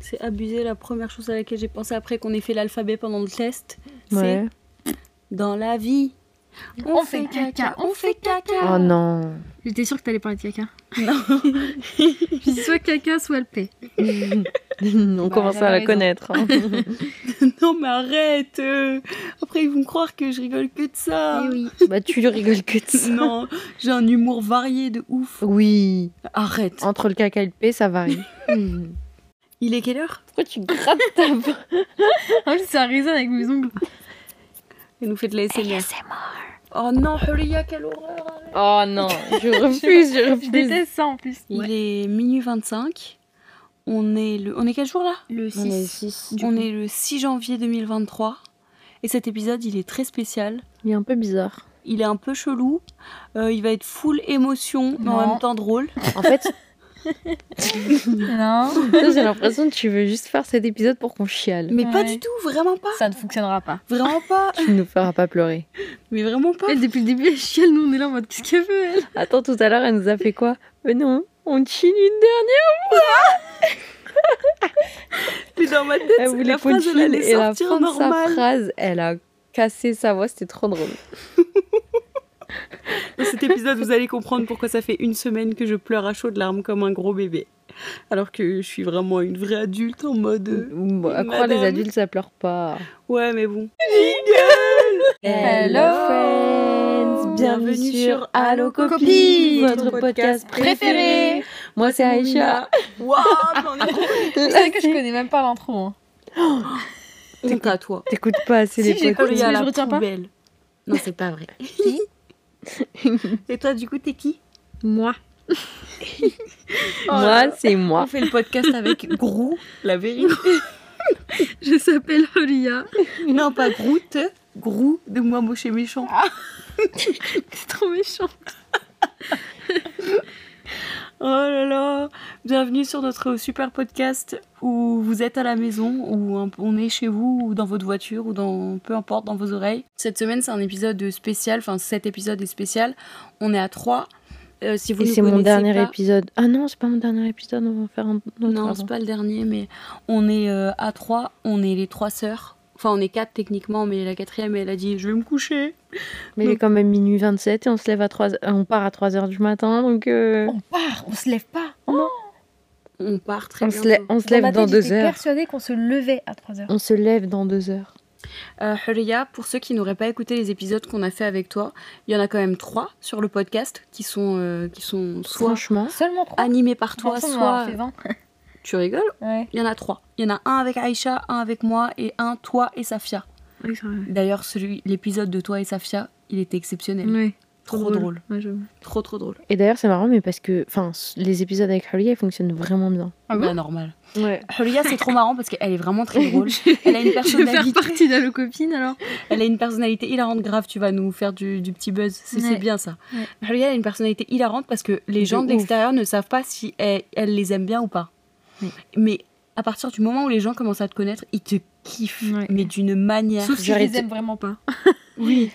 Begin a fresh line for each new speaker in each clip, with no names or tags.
C'est abusé. La première chose à laquelle j'ai pensé après qu'on ait fait l'alphabet pendant le test,
Ouais.
c'est dans la vie.
On, fait caca, on fait caca.
Oh non.
J'étais sûre que t'allais parler de caca.
Non.
Je dis soit caca, soit le P.
On
Bah,
commence
elle a
à la
raison.
connaître. hein.
non, mais arrête. euh. Après, ils vont croire que je rigole que de ça.
Eh oui.
bah tu lui rigoles que de ça.
Non, j'ai un humour varié de ouf.
Oui.
Arrête.
Entre le caca et le P, ça varie. Hmm.
Il est quelle heure
Pourquoi tu grattes ta voix
En plus, Ah ça résonne avec mes ongles.
Et nous fait de la SMR. Oh non, Huria, quelle horreur. arrête.
Oh non, je refuse, je
Je
refuse.
déteste ça en plus.
Il est minuit 25. On est le on est quel jour là
Le
On est
6.
six.
On est le 6 janvier 2023 et cet épisode, il est très spécial.
Il est un peu bizarre.
Il est un peu chelou. Euh, il va être full émotion, mais en
Non.
même temps drôle.
En fait,
Non,
toi, j'ai l'impression que tu veux juste faire cet épisode pour qu'on chiale.
Mais pas
Ouais.
du tout, vraiment pas.
ça ne fonctionnera pas.
Vraiment pas.
Tu ne nous feras pas pleurer.
Mais vraiment pas.
Elle, depuis le début, elle chiale, nous on est là en mode qu'est-ce qu'elle veut elle
Attends, tout à l'heure, elle nous a fait quoi Mais non, on chine une dernière.
Mais dans ma tête,
Elle
c'est
voulait
la
qu'on
phrase, elle
chine
allait
et la fin
sortir
de sa
normale.
phrase, elle a cassé sa voix, c'était trop drôle.
Dans cet épisode, vous allez comprendre pourquoi ça fait une semaine que je pleure à chaudes larmes comme un gros bébé. Alors que je suis vraiment une vraie adulte en mode. euh,
Bon, à croire les
Madame.
adultes, ça pleure pas.
Ouais, mais bon.
Hello
friends, bienvenue sur Allo Copie,
Copie,
votre
ton
podcast
podcast
préféré. Moi c'est Aïcha.
Waouh, j'en ai
C'est que je connais même pas l'intro. hein.
honte à toi.
T'écoutes pas assez
Si,
les
j'écoute.
podcasts.
Coller à
mais
la
je retiens pas.
poubelle. Non, c'est pas vrai. Et toi, du coup, t'es qui
Moi.
Moi c'est moi.
On fait le podcast avec Grou, la vérité.
Je s'appelle Aulia.
Non, pas Groot, Grou de moi moche et méchant.
C'est trop méchant.
Oh là là Bienvenue sur notre super podcast où vous êtes à la maison, où un- on est chez vous, ou dans votre voiture, ou dans peu importe, dans vos oreilles. Cette semaine, c'est un épisode spécial, enfin cet épisode est spécial. On est à trois. Euh, si vous
Et
nous
c'est mon
connaissez
dernier
pas-
épisode. Ah non, c'est pas mon dernier épisode, on va en faire un autre.
Non,
avant.
c'est pas le dernier, mais on est euh, à trois, on est les trois sœurs. Enfin, on est quatre techniquement, mais la quatrième, elle a dit Je vais me coucher.
Mais il est quand même minuit 27 et on se lève à 3 on part à 3h du matin donc euh,
On part, on se lève pas.
On part très
on,
bientôt.
se lève, on se lève dans 2 heures.
persuadée qu'on se levait à 3 heures.
On se lève dans 2 heures.
Euh, Huria, pour ceux qui n'auraient pas écouté les épisodes qu'on a fait avec toi, il y en a quand même trois sur le podcast qui sont, euh, qui sont soit
Franchement,
Seulement 3
animés par toi, soit.
fait 20.
Tu rigoles
Ouais.
Il y en a trois. Il y en a un avec Aïcha, un avec moi et un toi et Safia.
Oui, c'est vrai.
D'ailleurs, celui- l'épisode de toi et Safia, il était exceptionnel.
Ouais.
Trop drôle.
Ouais, j'avoue.
Trop, trop drôle.
et d'ailleurs c'est marrant mais parce que enfin s- les épisodes avec Harley ils fonctionnent vraiment bien.
Ah bon
Bah, normal.
Ouais.
Huria, c'est trop marrant parce qu'elle est vraiment très drôle. Elle a une
Je vais faire
personnalité.
partie de la copine alors.
Elle a une personnalité hilarante grave, tu vas nous faire du, du petit buzz, c'est c'est
Ouais.
bien ça.
Ouais.
Julia a une personnalité hilarante parce que les
De
gens de
ouf.
l'extérieur ne savent pas si elle, elle les aime bien ou pas.
Ouais.
Mais à partir du moment où les gens commencent à te connaître, ils te kiffent,
Ouais.
mais d'une manière.
Sauf si je
j'aurais
les
été-
aime vraiment pas.
Oui.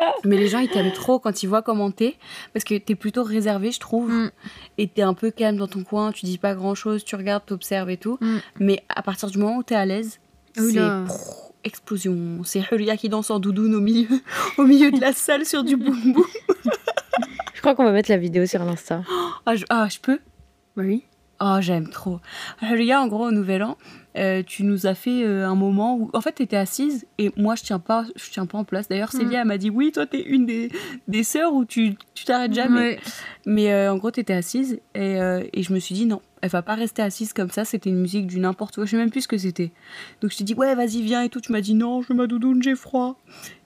mais les gens, ils t'aiment trop quand ils voient comment t'es, parce que t'es plutôt réservé, je trouve,
Mm.
et t'es un peu calme dans ton coin, tu dis pas grand-chose, tu regardes, t'observes et tout.
Mm.
Mais à partir du moment où t'es à l'aise, c'est
Oula.
prrr, explosion. C'est Hulia qui danse en doudoune au milieu, au milieu de la salle sur du boum boum.
Je crois qu'on va mettre la vidéo sur l'Insta.
Ah, je, ah, je peux
Bah oui.
Ah, j'aime trop. Hulia, en gros, au Nouvel An, euh, tu nous as fait euh, un moment où, en fait, t'étais assise et moi, je tiens pas, je tiens pas en place. D'ailleurs, Célia, elle m'a dit, oui, toi, t'es une des, des sœurs où tu tu t'arrêtes jamais.
Ouais.
Mais euh, en gros, t'étais assise et, euh, et je me suis dit non, elle va pas rester assise comme ça. C'était une musique du n'importe quoi. Je sais même plus ce que c'était. Donc je t'ai dit ouais, vas-y viens et tout. Tu m'as dit non, je veux ma doudoune, j'ai froid.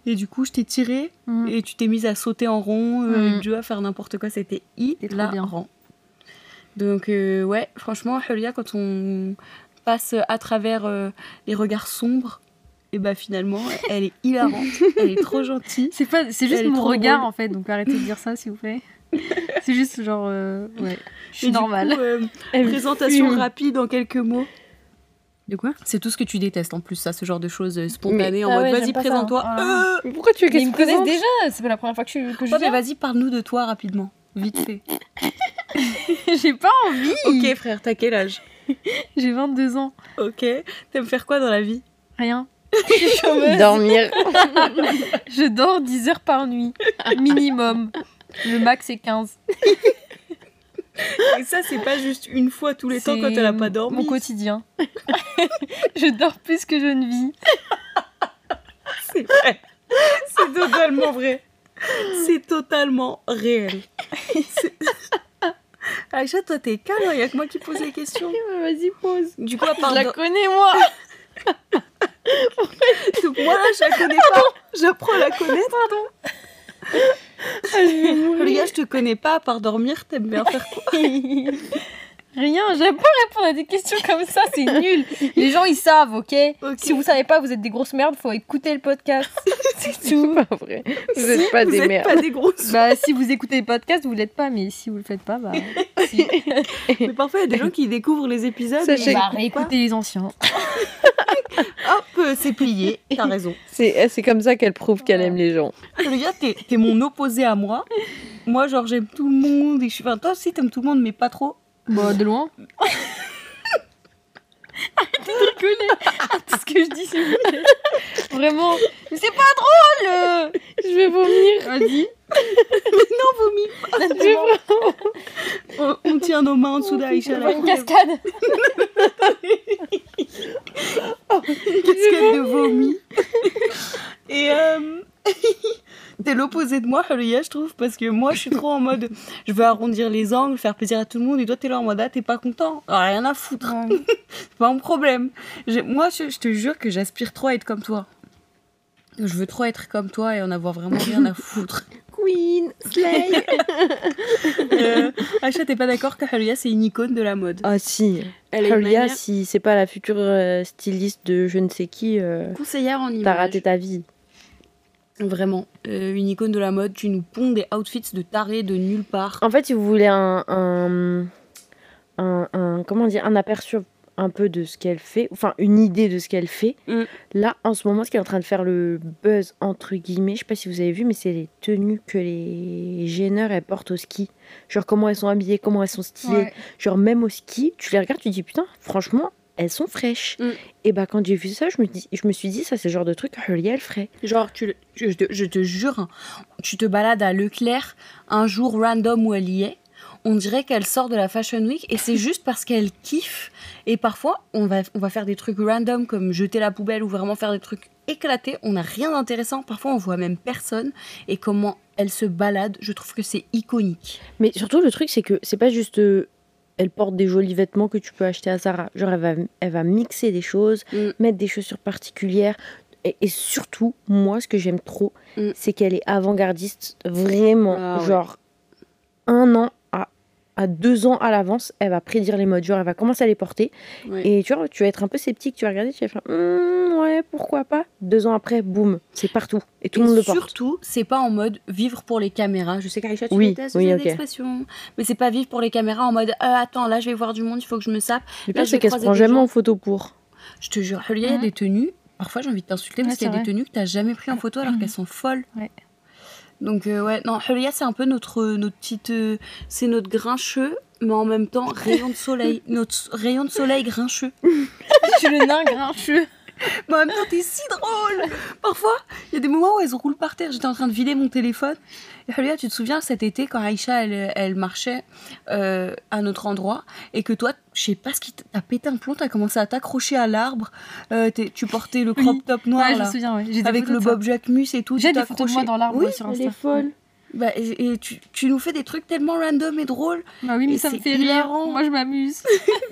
Et du coup, je t'ai tiré
Mm.
et tu t'es mise à sauter en rond, euh,
Mm.
avec Joe à faire n'importe quoi. C'était
C'était trop bien.
hilarant. Donc euh, ouais, franchement, Julia, quand on passe à travers euh, les regards sombres, et bah finalement, elle est hilarante, elle est trop gentille.
C'est pas, c'est juste
Elle est
mon
trop
regard
drôle.
en fait, donc arrêtez de dire ça s'il vous plaît. C'est juste genre, euh, ouais, je
Et
suis
du
normale.
coup, euh,
Elle
présentation
fume.
rapide en quelques mots.
De quoi
C'est tout ce que tu détestes en plus, ça, ce genre de choses euh, spontanées
Mais-
en
Ah
mode
ouais,
vas-y,
j'aime pas ça, Ah.
présente-toi.
hein.
Euh,
Mais Pourquoi tu veux
Mais
qu'elle
ils
se
me connaissent
présente
déjà, c'est pas la première fois que je, que je
ouais, Oh, mais
viens.
Euh, vas-y, parle-nous de toi rapidement, vite fait.
J'ai pas envie.
frère, t'as quel âge
J'ai 22 ans.
Ok. T'aimes faire quoi dans la vie
Rien.
Dormir.
Je dors 10 heures par nuit. Minimum. Le max, c'est 15.
Et ça, c'est pas juste une fois tous les temps
C'est
quand elle a pas dormi.
Mon quotidien. je dors plus que je ne vis.
C'est vrai. C'est totalement vrai. C'est totalement réel. C'est- Aïcha, toi, t'es calme, il y a que moi qui pose les questions.
Vas-y, pose.
Du coup, à part
Je la
dor-
connais, moi.
Donc, moi, là, je la connais pas. J'apprends à la connaître.
Ah,
Les gars, je te connais pas, à part dormir, t'aimes bien faire quoi
Rien, j'aime pas répondre à des questions comme ça, c'est nul. Les gens ils savent, ok,
Ok.
Si vous savez pas, vous êtes des grosses merdes, faut écouter le podcast. c'est tout.
C'est pas vrai. Vous
Si,
êtes pas
vous
des
êtes
merdes.
pas des grosses.
bah si vous écoutez le podcast, vous l'êtes pas, mais si vous le faites pas, bah. si.
Mais parfois, il y a des gens qui découvrent les épisodes.
Sachez-
et-
bah réécoutez les anciens.
Hop, euh, c'est plié. T'as raison.
C'est eh, c'est comme ça qu'elle prouve qu'elle aime les gens.
Le gars, t'es t'es mon opposé à moi. Moi, genre, j'aime tout le monde. Et je suis... Enfin, toi aussi, t'aimes tout le monde, mais pas trop.
Bah de loin. Arrêtez de rigoler. Tout ce que je dis, s'il vous plaît. Vraiment. Mais c'est pas drôle. euh.
Je vais vomir.
Vas-y.
Non, vomis
Je vais vomir.
On, on tient nos mains en dessous d'Aïcha. là.
Une cascade.
Casquette de vomi. Et euh, t'es l'opposé de moi, Haruya, je trouve, parce que moi, je suis trop en mode, je veux arrondir les angles, faire plaisir à tout le monde, et toi, t'es là en mode, ah, t'es pas content, Ah, rien à foutre, c'est pas mon problème. J'ai- Moi, je, je te jure que j'aspire trop à être comme toi. Je veux trop être comme toi et en avoir vraiment rien à foutre.
Queen, Slay.
Euh, Aïcha, t'es pas d'accord que Haruya, c'est une icône de la mode
Ah si.
Elle
Julia, si c'est pas la future euh, styliste de je ne sais qui, euh,
conseillère en
t'as raté ta vie.
Vraiment, euh, une icône de la mode, tu nous ponds des outfits de taré de nulle part.
En fait, si vous voulez un, un, un- un- comment dire, un aperçu un peu de ce qu'elle fait, enfin une idée de ce qu'elle fait.
Mm.
Là, en ce moment, ce qui est en train de faire le buzz entre guillemets, je sais pas si vous avez vu, mais c'est les tenues que les gêneurs elles portent au ski. Genre comment elles sont habillées, comment elles sont stylées.
Ouais.
Genre même au ski, tu les regardes, tu te dis putain, franchement, elles sont fraîches.
Mm.
Et bah quand j'ai vu ça, je me, dis, je me suis dit ça c'est le genre de truc que Julia elle ferait.
Genre, tu, le- tu- je, te, je te jure, hein, tu te balades à Leclerc un jour random où elle y est. On dirait qu'elle sort de la Fashion Week et c'est juste parce qu'elle kiffe. Et parfois, on va, on va faire des trucs random comme jeter la poubelle ou vraiment faire des trucs éclatés. On n'a rien d'intéressant. Parfois, on voit même personne. Et comment elle se balade, je trouve que c'est iconique.
Mais surtout, le truc, c'est que c'est pas juste. euh, elle porte des jolis vêtements que tu peux acheter à Zara. Genre, elle va, elle va mixer des choses,
Mm.
mettre des chaussures particulières. Et, et surtout, moi, ce que j'aime trop,
Mm.
c'est qu'elle est avant-gardiste. Vraiment.
Ah ouais.
Genre, un an à, à deux ans à l'avance, elle va prédire les modes. Genre, elle va commencer à les porter.
Ouais.
Et tu vois, tu vas être un peu sceptique, tu vas regarder, tu vas faire Hum, ouais, pourquoi pas Deux ans après, boum, c'est partout. Et tout le
Et
monde le porte.
surtout, c'est pas en mode vivre pour les caméras. Je sais qu'Aïcha, tu
Oui,
détestes
oui,
cette
ok.
expression. Mais c'est pas vivre pour les caméras en mode euh, attends, là je vais voir du monde, il faut que je me sape. Là,
Le pire,
je
c'est
vais
qu'elle se
croiser
prend
des
jamais
gens.
en photo pour.
Je te jure, Julia, il y a
Mhm.
des tenues. Parfois, j'ai envie de t'insulter
Ouais,
parce qu'il y a
c'est
des tenues que t'as jamais pris en photo alors
Mhm.
qu'elles sont folles.
Ouais.
Donc, euh, ouais, non, Julia, c'est un peu notre, notre petite. euh, c'est notre grincheux, mais en même temps, rayon de soleil. notre s- rayon de soleil grincheux.
Je suis le nain grincheux.
Mais en même temps, t'es si drôle Parfois, il y a des moments où elles roulent par terre. J'étais en train de vider mon téléphone. Et Julia, tu te souviens cet été quand Aïcha, elle, elle marchait euh, à notre endroit et que toi, je sais pas ce qui t- t'as pété un plomb, t'as commencé à t'accrocher à l'arbre. Euh, t'es- tu portais le crop
Oui.
top noir
ouais, je
là.
me souviens, ouais. J'ai des
Avec
photos
le
de ça.
Bob Jacquemus et tout.
J'ai
tu
des photos de moi
t'accrochais.
dans l'arbre
Oui,
sur Insta.
bah, et, et tu, tu nous fais des trucs tellement random et drôles.
Bah oui,
Et
mais ça me
c'est
fait rire.
hilarant.
Moi, je m'amuse.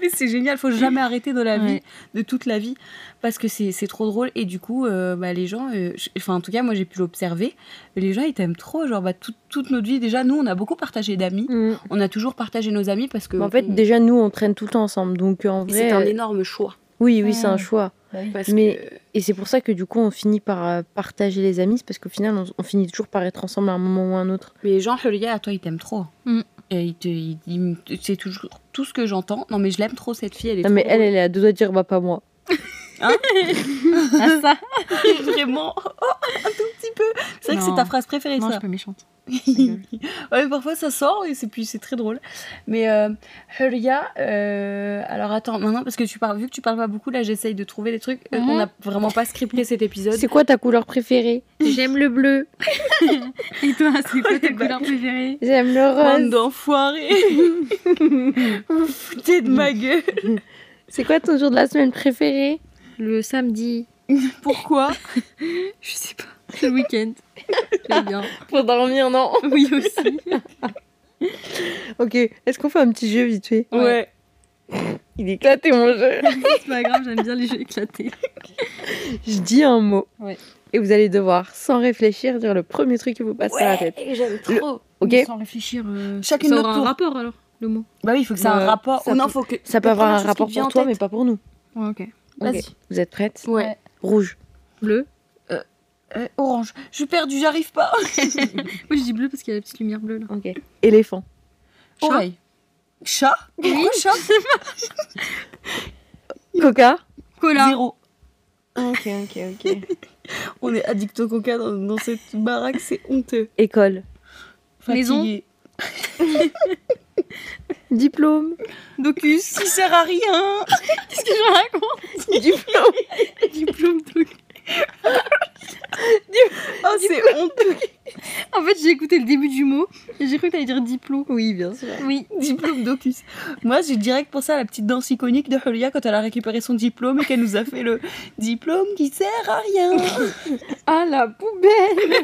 Mais c'est génial, faut jamais arrêter dans la vie,
Ouais.
de toute la vie, parce que c'est c'est trop drôle. Et du coup, euh, bah, les gens, euh, je- enfin en tout cas, moi j'ai pu l'observer, mais les gens ils t'aiment trop. Genre, bah, tout- toute notre vie, déjà, nous on a beaucoup partagé d'amis.
Mmh.
On a toujours partagé nos amis parce que.
Mm. Mais en fait,
Euh, on-
déjà, nous, on traîne tout le temps ensemble. Donc, en
et
vrai.
c'est un
euh,
énorme choix.
Oui, oui, c'est un
Ouais.
choix.
Parce
Mais-
que-
Et c'est pour ça que, du coup, on finit par euh, partager les amis. C'est parce qu'au final, on, on finit toujours par être ensemble à un moment ou à un autre.
Mais Jean Chelier, à toi, il t'aime trop.
Mm.
Et il te, il- il me- c'est toujours tout ce que j'entends. Non, mais je l'aime trop cette fille. Elle est
Non, mais
trop
elle, elle a deux doigts de dire, bah, pas moi.
Ah ça
drôle. vraiment, oh, un tout petit peu. C'est vrai que
Non.
c'est ta phrase préférée,
Non, je
ça.
suis pas méchante.
ouais, parfois ça sort et c'est puis c'est très drôle. Mais euh, Huria, euh, alors attends, maintenant parce que tu parles, vu que tu parles pas beaucoup, là j'essaye de trouver des trucs. Euh,
Mhm.
On n'a vraiment pas scripté cet épisode.
C'est quoi ta couleur préférée J'aime le bleu.
Et toi, c'est
Oh,
quoi ta
les
couleur préférée
J'aime le
Bande
rose.
d'enfoirés Vous vous foutez de ma gueule
C'est quoi ton jour de la semaine préféré
Le samedi.
Pourquoi
Je sais pas. Le week-end. Très bien.
Pour dormir, non.
Oui aussi.
Ok, est-ce qu'on fait un petit jeu vite fait
Ouais.
Il est éclaté mon jeu.
C'est pas grave, j'aime bien les jeux éclatés.
Je dis un mot.
Ouais.
Et vous allez devoir, sans réfléchir, dire le premier truc qui vous passe à la tête.
J'aime trop.
Ok.
Mais Sans réfléchir. euh,
Chacune
ça
notre
aura un
tour.
rapport alors, le mot.
Bah oui, il faut que ça ait
Ouais,
un rapport.
ça
Ou non,
peut-
faut que.
Ça peut
la
avoir
première
un
chose qui
rapport
te vient
pour
en
toi, mais
tête.
pas pour nous.
Ouais, ok.
Ok.
Vas-y.
Vous êtes prêtes
Ouais.
Rouge.
Bleu.
Euh, orange. Je suis perdue, j'arrive pas.
Moi je dis bleu parce qu'il y a la petite lumière bleue là.
Ok. Éléphant.
Chat.
Oreille. Chat Oui, chat
Coca.
Cola.
Zéro.
Ok, ok, ok.
On est addict au coca dans, dans cette baraque, c'est honteux.
École.
Maison.
Fatigué.
Diplôme.
Docus.
Qui sert à rien
Qu'est-ce que je raconte
Diplôme.
Diplôme docus.
Ah, c'est honteux.
En fait, j'ai écouté le début du mot et j'ai cru que t'allais dire diplôme.
Oui, bien sûr.
Oui.
Diplôme d'Ocus. Moi, j'ai direct pensé à la petite danse iconique de Julia quand elle a récupéré son diplôme et qu'elle nous a fait le diplôme qui sert à rien.
Ah, la poubelle.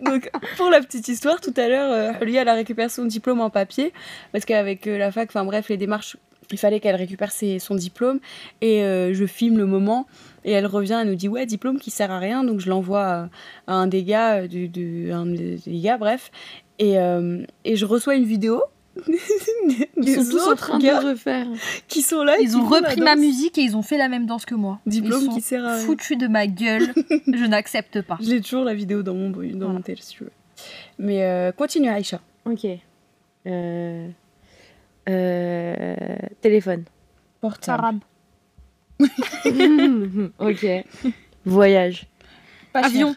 Donc, pour la petite histoire, tout à l'heure, euh, Julia, elle a récupéré son diplôme en papier parce qu'avec euh, la fac, enfin bref, les démarches, il fallait qu'elle récupère ses- son diplôme et euh, je filme le moment. Et elle revient, elle nous dit ouais diplôme qui sert à rien, donc je l'envoie à, à un des gars, euh, du, du- un des des gars, bref, et, euh, et je reçois une vidéo.
Ils
des
sont tous en
autres
train
gars
de refaire.
qui sont là. et qui
Ils ont
font la
repris ma
danse.
musique et ils ont fait la même danse que moi.
Diplôme
Ils sont
qui sert à rien.
Foutu de ma gueule, je n'accepte pas.
Je l'ai toujours la vidéo dans mon, dans mon
Voilà.
tel, si tu veux. Mais euh, continue Aïcha.
Ok. Euh... Euh... Téléphone.
Portable.
ok. Voyage.
Pas cher.
Avion.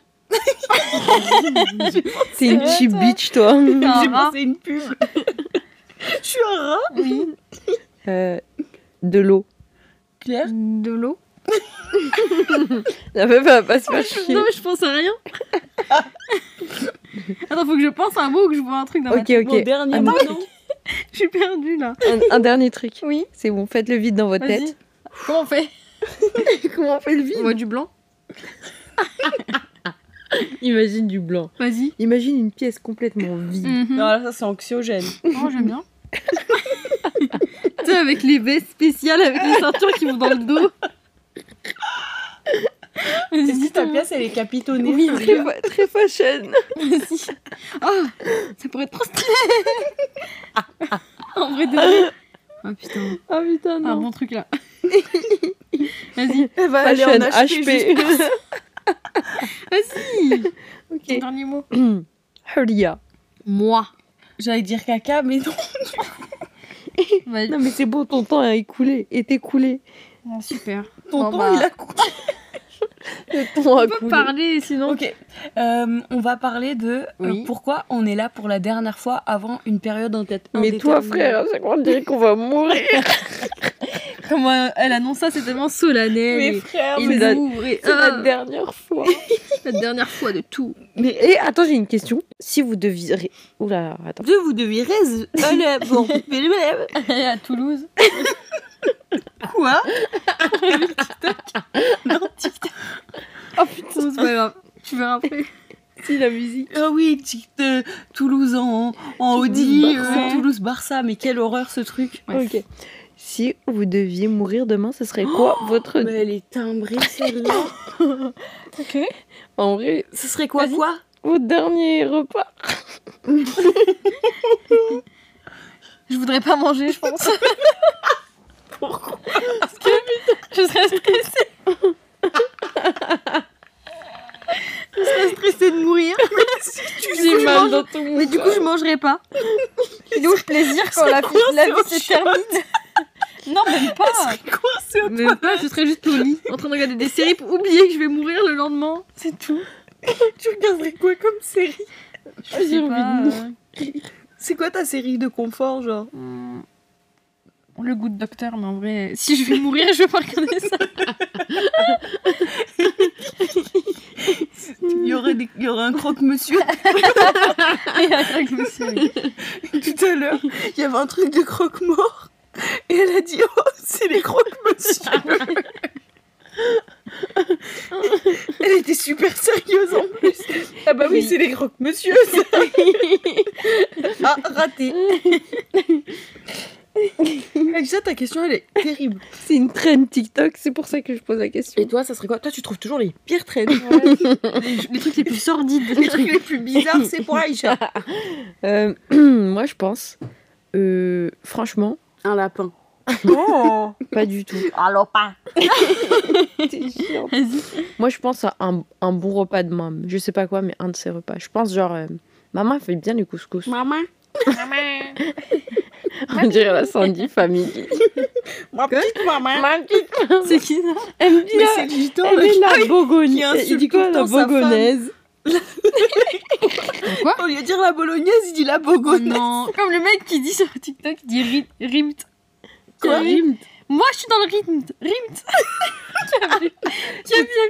C'est une cheap bitch, toi.
Un
J'ai
rat.
pensé une pub. Je suis un rat.
Oui.
Euh, De l'eau.
Claire.
De l'eau.
La meuf, elle va pas se faire chier.
Non, mais je pense à rien. Attends, faut que je pense à un mot ou que je vois un truc dans ma
Ok,
tête.
ok.
dernier
Ah,
mot,
non.
non
Je suis perdue là.
Un, un dernier truc.
Oui.
C'est bon, faites le vide dans votre
Vas-y.
tête.
Comment on fait
Comment on fait le
On
vide
voit du blanc.
Imagine du blanc. Mm.
Vas-y. Mhm.
Imagine une pièce complètement vide.
Non, là, ça c'est anxiogène.
Oh, j'aime bien. tu sais, avec les vestes spéciales, avec les ceintures qui vont dans le dos.
Et
Vas-y,
si ta pièce elle est capitonnée
Oui,
c'est
très,
bien.
fa- très fashion.
Vas-y. Oh, ça pourrait être trop stylé. en vrai, de vrai. Oh putain,
Ah putain,
un bon truc là. Vas-y,
Elle va aller
Fashion
en acheter juste-
HP.
vas-y.
Ok.
Ah, Dernier mot.
Hulia.
Moi.
J'allais dire caca, mais non.
Vas-y.
Non mais c'est bon, ton temps a écoulé, est écoulé.
Ah, super.
Tonton,
bah.
il a couru.
Le temps a
On peut
coulé.
parler sinon.
Ok. Euh, on va parler de euh,
Oui.
pourquoi on est là pour la dernière fois avant une période en tête.
Mais toi
indéterminée.
frère, c'est qu'on dirait qu'on va mourir.
Comment elle annonce ça, c'est tellement solennel.
Mais
et-
frère,
et
mais-
la-
lourd et-
C'est
Ah,
la dernière fois.
la dernière fois de tout.
Mais et, attends, j'ai une question. Si vous deviez... Oula, attends.
de vous deviez raison. bon,
Et à Toulouse.
quoi
Oh putain,
C'est pas grave. Tu verras après.
si la musique.
Ah oui, tic- euh, Toulouse en, en Audi,
Toulouse-Barça.
euh, Toulouse-Barça, mais quelle horreur ce truc.
Bref.
Ok. Si vous deviez mourir demain, ce serait quoi votre...
Mais elle est timbrée celle-là.
Ok.
En vrai,
Ce serait quoi
Vas-y.
quoi
votre dernier repas.
Je voudrais pas manger, je pense.
Pourquoi
Parce que je serais stressée. je serais stressée de mourir.
Tu
J'ai
sais,
mal
mange-
dans tout mon
Mais du coup, je mangerai pas. Il est où le plaisir quand
C'est
la,
quoi
vie- la
ce
vie se termine Non, même pas.
Quoi c'est autre-
Même pas, je serais juste au lit, en train de regarder des séries pour oublier que je vais mourir le lendemain. C'est tout.
Tu regarderais quoi comme série Je sais
J'ai envie
pas,
de
C'est quoi ta série de confort, genre
euh, hum, Le goût de docteur, mais en vrai, si je vais mourir, je vais pas regarder ça.
Il y aurait, des- il y aurait un croque-monsieur
Et après, je me suis dit,
tout à l'heure. Il y avait un truc de croque-mort. Et elle a dit Oh, c'est les croque-monsieur Elle était super sérieuse en plus. Ah bah oui, c'est les croque-monsieur. ça. ah, raté. Elisa, ta question, elle est terrible.
C'est une traîne TikTok, c'est pour ça que je pose la question.
toi, ça serait quoi Toi, tu trouves toujours les pires traînes.
Les, les trucs les plus sordides.
Les trucs les plus bizarres, c'est pour Aïcha.
Euh, moi, je pense, euh, franchement,
Un lapin.
Oh.
pas du tout.
Alors pas.
Vas-y.
Moi, je pense à un, un bon repas de maman. Je sais pas quoi, mais un de ses repas. Je pense genre, euh, maman fait bien les couscous.
Maman,
Maman.
On dirait la Sandy famille.
ma petite maman.
Hein C'est qui ça
Elle me dit,
Mais
là,
c'est du temps,
elle est la
qui
bogonaise.
insulte
Il dit quoi,
tout le
la
temps sa femme.
bogonaise
Au lieu de dire la bolognaise, il dit la bogonaise.
Oh Non. Comme le mec qui dit sur TikTok, il dit ri- rimt. Mmh,
Quoi
Moi, je suis dans le rythme. Rimt. tu as vu la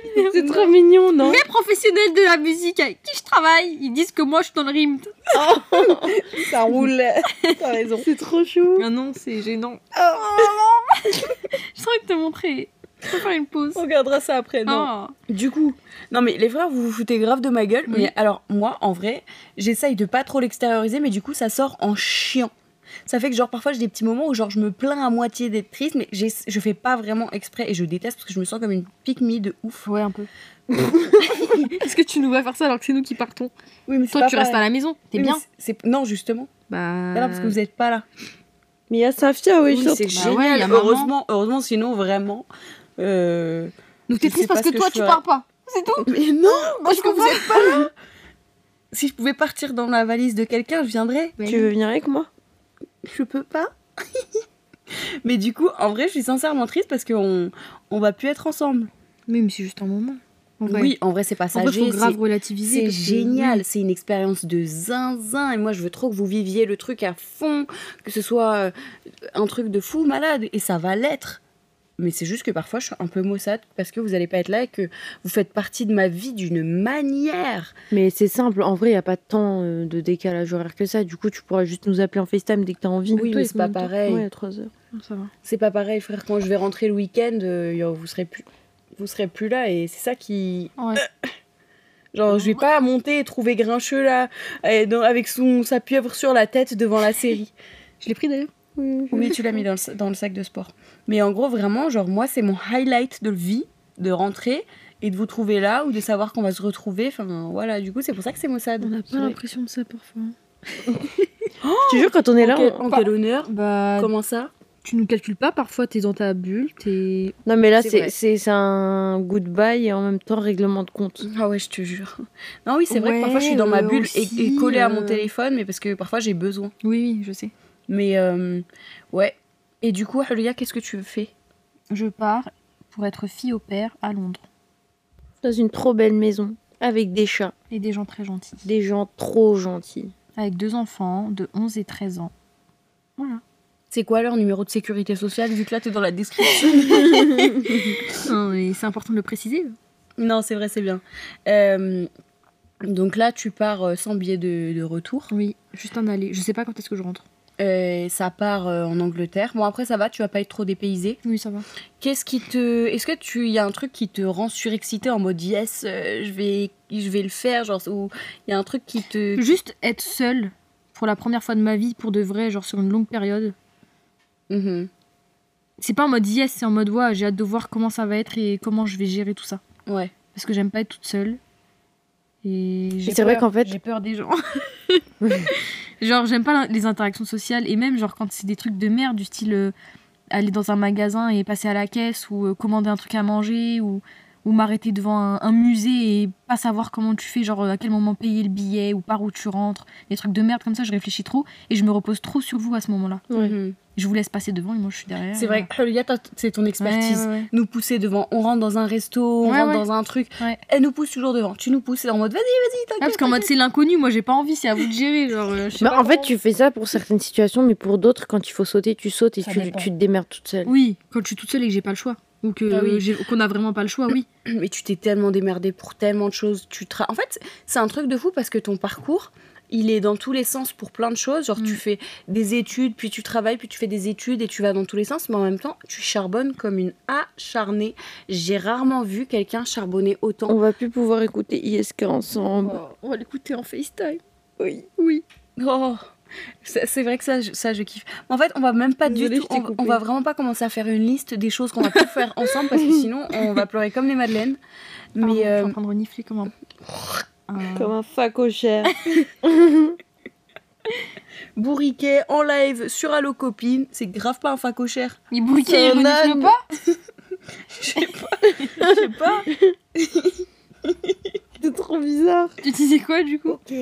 vidéo
C'est trop mignon, non
Mes professionnels de la musique avec qui je travaille, ils disent que moi, je suis dans le rimt.
Ça roule. T'as raison.
C'est trop chou.
Ah non, c'est gênant. Je crois que te montrer. Je peux faire une pause.
On regardera ça après, non
Ah.
Du coup, non mais les frères, vous vous foutez grave de ma gueule.
Oui.
Mais alors, moi, en vrai, j'essaye de pas trop l'extérioriser, mais du coup, ça sort en chiant. Ça fait que genre parfois j'ai des petits moments où genre je me plains à moitié d'être triste mais j'ai- je fais pas vraiment exprès et je déteste parce que je me sens comme une pique-me de ouf.
Ouais, un peu. Est-ce que tu nous vas faire ça alors que c'est nous qui partons
Oui mais
Toi, tu restes à la maison. T'es bien
Non justement.
Bah.
Là parce que vous êtes pas là.
Mais il y a Safia, oui,
Oui,
je
c'est
suis en-
Bah ouais,
génial.
y a maman.
heureusement, heureusement, sinon vraiment. euh,
Donc, t'es
je sais
triste parce
pas
que,
ce que
toi,
je
tu
ferais.
pars pas. C'est tout.
Mais non, parce
je
que vous
comprends.
êtes pas là. Si je pouvais partir dans la valise de quelqu'un, je viendrais.
Tu veux venir avec moi
Je peux pas. mais du coup, en vrai, je suis sincèrement triste parce qu'on on va plus être ensemble.
Mais, mais c'est juste un moment. En vrai.
Oui, en vrai, c'est
En vrai,
passager.
faut
c'est-
grave relativiser.
C'est
parce que-
génial, c'est une expérience de zinzin et moi je veux trop que vous viviez le truc à fond, que ce soit euh, un truc de fou malade et ça va l'être. Mais c'est juste que parfois je suis un peu maussade parce que vous allez pas être là et que vous faites partie de ma vie d'une manière.
Mais c'est simple, en vrai, il n'y a pas tant euh, de décalage horaire que ça. Du coup, tu pourras juste nous appeler en FaceTime dès que t'as envie.
Oui,
Toi,
mais
et
c'est pas
en même temps-
pareil.
Ouais, à 3 heures.
Non, ça va.
C'est pas pareil frère quand je vais rentrer le week-end, euh, yo, vous serez plus vous serez plus là et c'est ça qui
Ouais.
genre je vais pas monter et trouver grincheux là euh, dans- avec son sa pieuvre sur la tête devant la série.
Je l'ai pris d'ailleurs.
Oui, tu l'as mis dans le, sa- dans le sac de sport. Mais en gros, vraiment, genre, moi, c'est mon highlight de vie, de rentrer et de vous trouver là ou de savoir qu'on va se retrouver. Enfin, voilà, du coup, c'est pour ça que c'est Mossad.
n'a
pas
l'impression de ça parfois.
Je te jure, quand on est
En,
là,
quel,
on-
en quel honneur
Bah,
Comment ça
tu nous calcules pas, parfois t'es dans ta bulle, t'es.
Non, mais là,
C'est
c'est
vrai.
c'est- c'est un goodbye et en même temps règlement de compte.
Ah ouais, je te jure. Non, oui, c'est vrai que
Ouais,
parfois, je suis dans ma
ouais,
bulle et- et,
aussi,
collée à mon
euh.
téléphone, mais parce que parfois, j'ai besoin.
Oui, oui, je sais.
Mais, euh, ouais. Et du coup, Haluya, qu'est-ce que tu fais
Je pars pour être fille au père à Londres.
Dans une trop belle maison, avec des chats,
Et des gens très gentils.
des gens trop gentils.
Avec deux enfants de 11 et 13 ans.
C'est quoi leur numéro de sécurité sociale vu que là, t'es dans la description
Non, mais c'est important de le préciser.
Non, c'est vrai, c'est bien. Euh, donc là, tu pars euh, sans billet de- de retour.
Oui, juste un aller. Je sais pas quand est-ce que je rentre.
Euh, ça part euh, en Angleterre. Bon après ça va, tu vas pas être trop dépaysé.
Oui, ça va.
Qu'est-ce qui te est-ce que tu y a un truc qui te rend surexcité en mode yes, euh, je vais je vais le faire genre ou il y a un truc qui te
Juste être seule pour la première fois de ma vie, pour de vrai, genre sur une longue période.
Mhm.
C'est pas en mode yes, c'est en mode ouais, j'ai hâte de voir comment ça va être et comment je vais gérer tout ça.
Ouais.
Parce que j'aime pas être toute seule. Et j'ai
c'est vrai
peur-
qu'en fait-
J'ai peur des gens. genre, j'aime pas les interactions sociales. Et même, genre, quand c'est des trucs de merde, du style euh, aller dans un magasin et passer à la caisse, ou euh, commander un truc à manger, ou, ou m'arrêter devant un, un musée et pas savoir comment tu fais, genre à quel moment payer le billet, ou par où tu rentres. Les trucs de merde comme ça, je réfléchis trop. Et je me repose trop sur vous à ce moment-là.
Mhm.
je vous laisse passer devant et moi je suis derrière.
C'est vrai, Julia, toi, c'est ton expertise.
Ouais, ouais, ouais.
Nous pousser devant, on rentre dans un resto, on
Ouais,
rentre
ouais.
dans un truc,
Ouais.
elle nous pousse toujours devant. Tu nous pousses, c'est en mode vas-y, vas-y, t'inquiète.
Ah, parce qu'en mode c'est l'inconnu, moi j'ai pas envie, c'est à vous de gérer. Genre, euh, je sais
Bah,
pas
en fait,
comment-
tu fais ça pour certaines situations, mais pour d'autres, quand il faut sauter, tu sautes et
Ça
tu,
dépend.
tu te démerdes toute seule.
Oui, quand je suis toute seule et que j'ai pas le choix. Ou que
Ah oui.
euh, j'ai- qu'on a vraiment pas le choix, oui.
mais tu t'es tellement démerdé pour tellement de choses. Tu tra- En fait, c'est un truc de fou parce que ton parcours, il est dans tous les sens pour plein de choses. Genre, tu
Mm.
fais des études, puis tu travailles, puis tu fais des études et tu vas dans tous les sens. Mais en même temps, tu charbonnes comme une acharnée. J'ai rarement vu quelqu'un charbonner autant.
On va plus pouvoir écouter ISK ensemble.
Oh,
on va l'écouter en FaceTime.
Oui, oui. Oh, ça- c'est vrai que ça, je- ça, je kiffe. En fait, on va même pas du
Désolée,
tout.
je t'ai
On, va-
coupé.
on va vraiment pas commencer à faire une liste des choses qu'on va pas faire ensemble parce que sinon, on va pleurer comme les madeleines.
Mais.
Mais
Je
euh,
suis en train de renifler comme un. un-
Comme un facochère.
bourriquet en live sur Allo Copine, c'est grave pas un facochère.
Il bouquait,
C'est
il
un
renifle
âne.
pas
Je sais pas.
C'est trop bizarre.
Tu disais quoi du coup
Ok.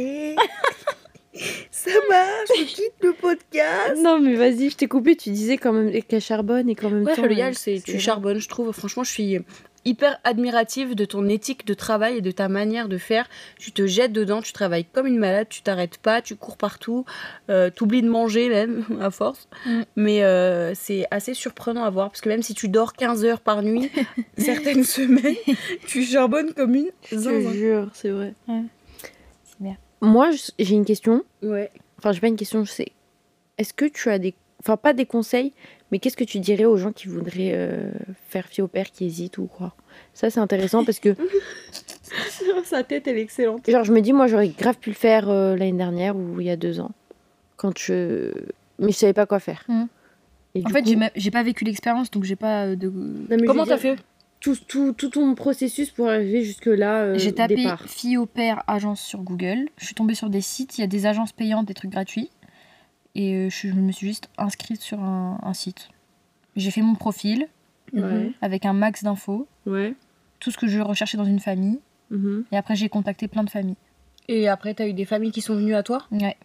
Ça marche, je quitte le podcast.
Non, mais vas-y, je t'ai coupé. Tu disais quand même qu'elle charbonne et quand même.
Ouais,
temps,
Julia,
elle-
c'est tu
vrai.
charbonnes, je trouve. Franchement, je suis hyper admirative de ton éthique de travail et de ta manière de faire. Tu te jettes dedans, tu travailles comme une malade, tu t'arrêtes pas, tu cours partout, euh, t'oublies de manger même, à force.
Mm.
Mais euh, c'est assez surprenant à voir, parce que même si tu dors 15 heures par nuit, certaines semaines, tu charbonnes comme une
Je te
zinzin.
jure, c'est vrai.
Ouais. C'est bien.
Moi, je- j'ai une question.
Ouais.
Enfin, j'ai pas une question, je sais. Est-ce que tu as des. Enfin, pas des conseils, mais qu'est-ce que tu dirais aux gens qui voudraient euh, faire fi au père, qui hésitent ou quoi Ça, c'est intéressant parce que.
Sa tête, elle est excellente.
Genre, je me dis, moi, j'aurais grave pu le faire euh, l'année dernière ou il y a deux ans. Quand je. Mais je savais pas quoi faire.
Mhm.
Et
En
du
fait,
coup-
j'ai ma- j'ai pas vécu l'expérience donc j'ai pas euh, de.
Non, mais je
Comment
veux dire,
t'as fait
tout, tout, tout ton processus pour arriver jusque-là euh,
J'ai
au
tapé
départ.
fille au père agence sur Google. Je suis tombée sur des sites, il y a des agences payantes, des trucs gratuits. Et euh, je, je me suis juste inscrite sur un, un site. J'ai fait mon profil
Mhm.
Ouais.
avec un max d'infos,
Ouais.
tout ce que je recherchais dans une famille.
Mhm.
Et après, j'ai contacté plein de familles
Et après, t'as eu des familles qui sont venues à toi
Ouais.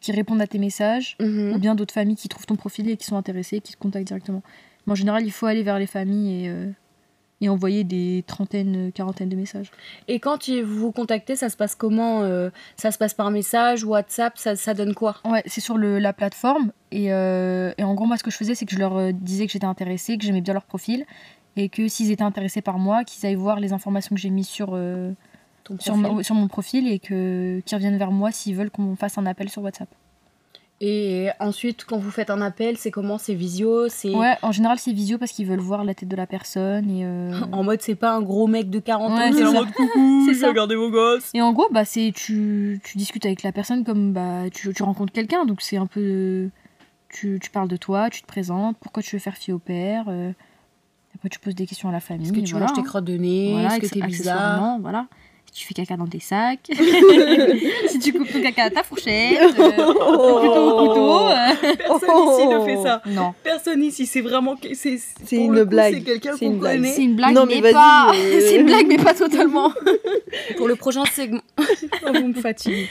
qui répondent à tes messages ou bien d'autres familles qui trouvent ton profil et qui sont intéressées et qui te contactent directement. Mais en général, il faut aller vers les familles et, euh, et envoyer des trentaines, euh, quarantaines de messages.
Et quand ils- vous vous contactez, ça se passe comment euh, Ça se passe par message, WhatsApp, ça, ça donne quoi
Ouais, c'est sur le, la plateforme. Et, euh, et en gros, moi, ce que je faisais, c'est que je leur euh, disais que j'étais intéressée, que j'aimais bien leur profil. Et que s'ils étaient intéressés par moi, qu'ils aillent voir les informations que j'ai mises sur, euh,
Ton
sur,
profil
ma- sur mon profil et que- qu'ils reviennent vers moi s'ils veulent qu'on fasse un appel sur WhatsApp.
Et ensuite, quand vous faites un appel, c'est comment C'est visio C'est
Ouais, en général, c'est visio parce qu'ils veulent voir la tête de la personne. Et, euh,
en mode, c'est pas un gros mec de 40
Ouais,
ans qui est
c'est
en
ça.
mode coucou,
C'est
je
ça.
vais garder vos gosses.
et en gros, bah, c'est tu, tu discutes avec la personne comme bah, tu, tu rencontres quelqu'un. Donc, c'est un peu. euh, Tu, tu parles de toi, tu te présentes, pourquoi tu veux faire fille au père. euh, après, tu poses des questions à la famille.
Est-ce que tu
voilà,
manges tes
hein.
crottes de nez
Voilà,
Est-ce que
acc-
t'es bizarre
accessoirement, voilà. Si tu fais caca dans tes sacs, si tu coupes ton caca à ta fourchette, euh,
Oh.
plutôt au couteau. euh.
Personne ici ne fait ça.
Non,
Personne ici, c'est vraiment. que- C'est
C'est
pour
une
le coup,
blague.
C'est quelqu'un
C'est une
qu'on
blague.
connaît.
c'est une blague,
Non, mais
mais,
vas-y,
pas.
euh.
c'est une blague, mais pas totalement.
Pour le prochain segment. Oh, vous me fatiguez.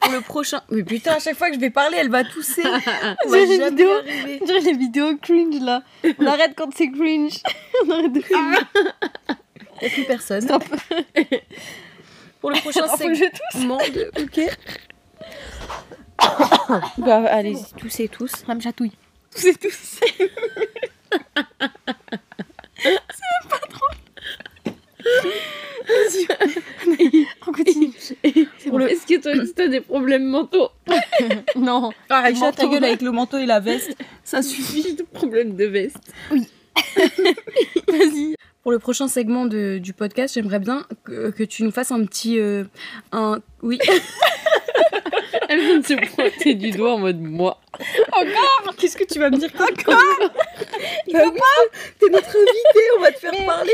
Pour le prochain. Mais putain, à chaque fois que je vais parler, elle va tousser. On va
J'ai une
jamais
vidéo.
y arriver.
dirait les vidéos cringe là. On arrête quand c'est cringe. On arrête de
Il n'y a plus personne.
Stop.
Pour le prochain segment de. Ok.
Bah, allez-y, tous et tous.
Ça me chatouille.
Toussez, toussez.
On continue.
Est-ce que toi aussi t'as des problèmes mentaux
Non.
Arrête,
Manteau.
Ah, ta gueule avec le manteau et la veste. Ça suffit.
de problèmes de veste.
Vas-y.
Pour le prochain segment de- du podcast, j'aimerais bien que, que tu nous fasses un petit. euh, un... Oui.
Elle vient de se pointer du doigt en mode moi.
Qu'est-ce que tu vas me dire quoi Quoi Il faut pas T'es notre invitée, on va te faire parler.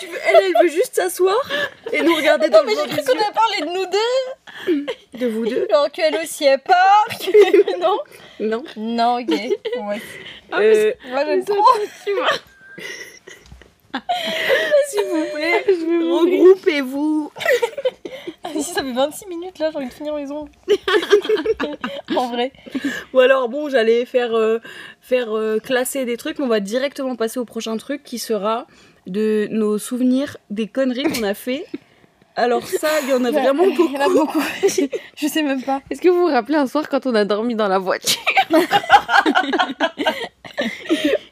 Tu veux- Elle, elle veut juste s'asseoir et nous regarder dans le vent des yeux.
avait parlé de nous deux,
De vous deux
alors qu'elle aussi est pas. non.
Non.
Non, ok. Ouais.
Euh,
Moi j'aime trop.
S'il vous plaît,
Je vais
Oh,
mourir.
regroupez-vous.
Si ça fait 26 minutes là, j'ai envie de finir les ongles. en vrai.
Ou alors, bon, j'allais faire, euh, faire euh, classer des trucs, mais on va directement passer au prochain truc qui sera de nos souvenirs des conneries qu'on a fait. Alors, ça, il y en a
Il y a-
vraiment
il y en a
beaucoup.
Je sais même pas.
Est-ce que vous vous rappelez un soir quand on a dormi dans la voiture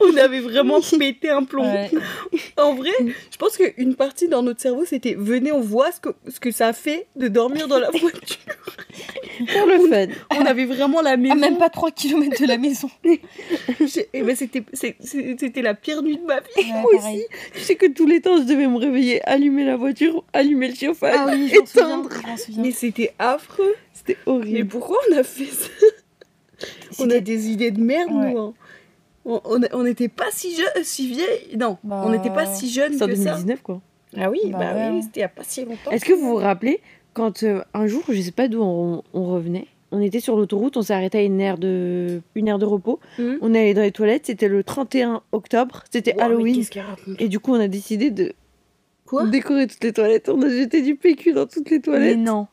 On avait vraiment pété un plomb.
Ouais.
En vrai, je pense qu'une partie dans notre cerveau, c'était venez, on voit ce que, ce que ça fait de dormir dans la voiture.
Pour le fun.
On avait vraiment la
Ah,
maison.
même pas 3 km de la maison.
J'ai- eh ben, c'était c'est- c'est- c'était la pire nuit de ma vie.
Moi aussi. Je sais que tous les temps, je devais me réveiller, allumer la voiture, allumer le chauffage.
Ah oui, je m'en souviens,
Éteindre.
je m'en souviens.
Mais c'était affreux.
C'était
Mais
horrible.
pourquoi on a fait ça On a
C'était-
des idées de merde,
Ouais.
nous. hein. On- On on n'était pas si, jeunes, si vieilles. Non,
Bah,
on n'était pas si jeunes
C'est en
que ça.
2019, quoi.
Ah oui, bah,
Bah ouais,
oui,
ouais.
c'était il n'y a pas si longtemps.
Est-ce que vous vous rappelez quand euh, un jour, je sais pas d'où on, on revenait, on était sur l'autoroute, on s'est arrêté à une aire de, une aire de repos,
Mhm.
on est allé dans les toilettes, c'était le 31 octobre, c'était
Wow, mais
Halloween,
qu'est-ce qu'elle raconte
et du coup on a décidé de
Quoi
décorer toutes les toilettes, on a jeté du PQ dans toutes les
Mais
toilettes.
non.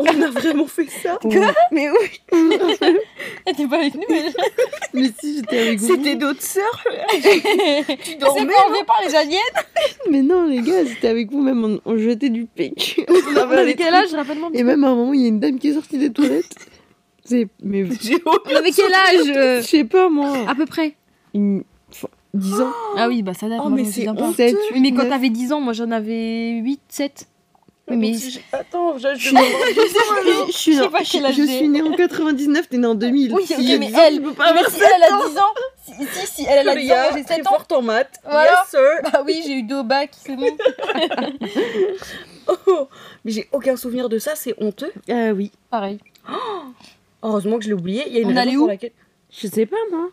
On a vraiment fait ça
Oui. Mais oui vous vous rappelez
Eh, T'es pas avec nous, mais.
Mais si, j'étais avec vous.
C'était notre sœur.
tu
dormais,
C'est pas enlevé par les aliens
Mais non, les gars, c'était avec vous même, on, on jetait du PQ.
On avait
Mais
des
quel âge Rappelle-moi.
Et même à un moment, il y a une dame qui est sortie des toilettes. C'est... Mais...
trucs- J'ai honte.
Mais quel
Je
âge
sais pas, moi.
À peu près.
Une... enfin, 10 ans.
Ah oui, bah ça date.
Oh,
moi,
mais
je me
c'est
souviens pas.
honteux.
7,
Oui, mais quand
9.
t'avais 10 ans, moi j'en avais 8, 7. Oui, mais-
Attends, je je me
Je suis,
Ah, Je sais
née-
pas quel
je-
âge
je
j'ai.
suis née en 99, t'es née en 2000.
Oui, ok,
Si,
mais
je-
elle,
je peux pas avoir-
si elle a 10 ans, si, si, si, elle a 10 ans, moi j'ai 7 ans.
forte en maths.
Voilà.
Yes, sir.
Bah oui, j'ai eu deux au bac, c'est bon.
Oh, mais j'ai aucun souvenir de ça, c'est honteux.
Euh, oui.
Pareil.
Heureusement que je l'ai oublié. Il y a une
On
raison
allait
pour
où
laquelle-
Je sais pas, moi.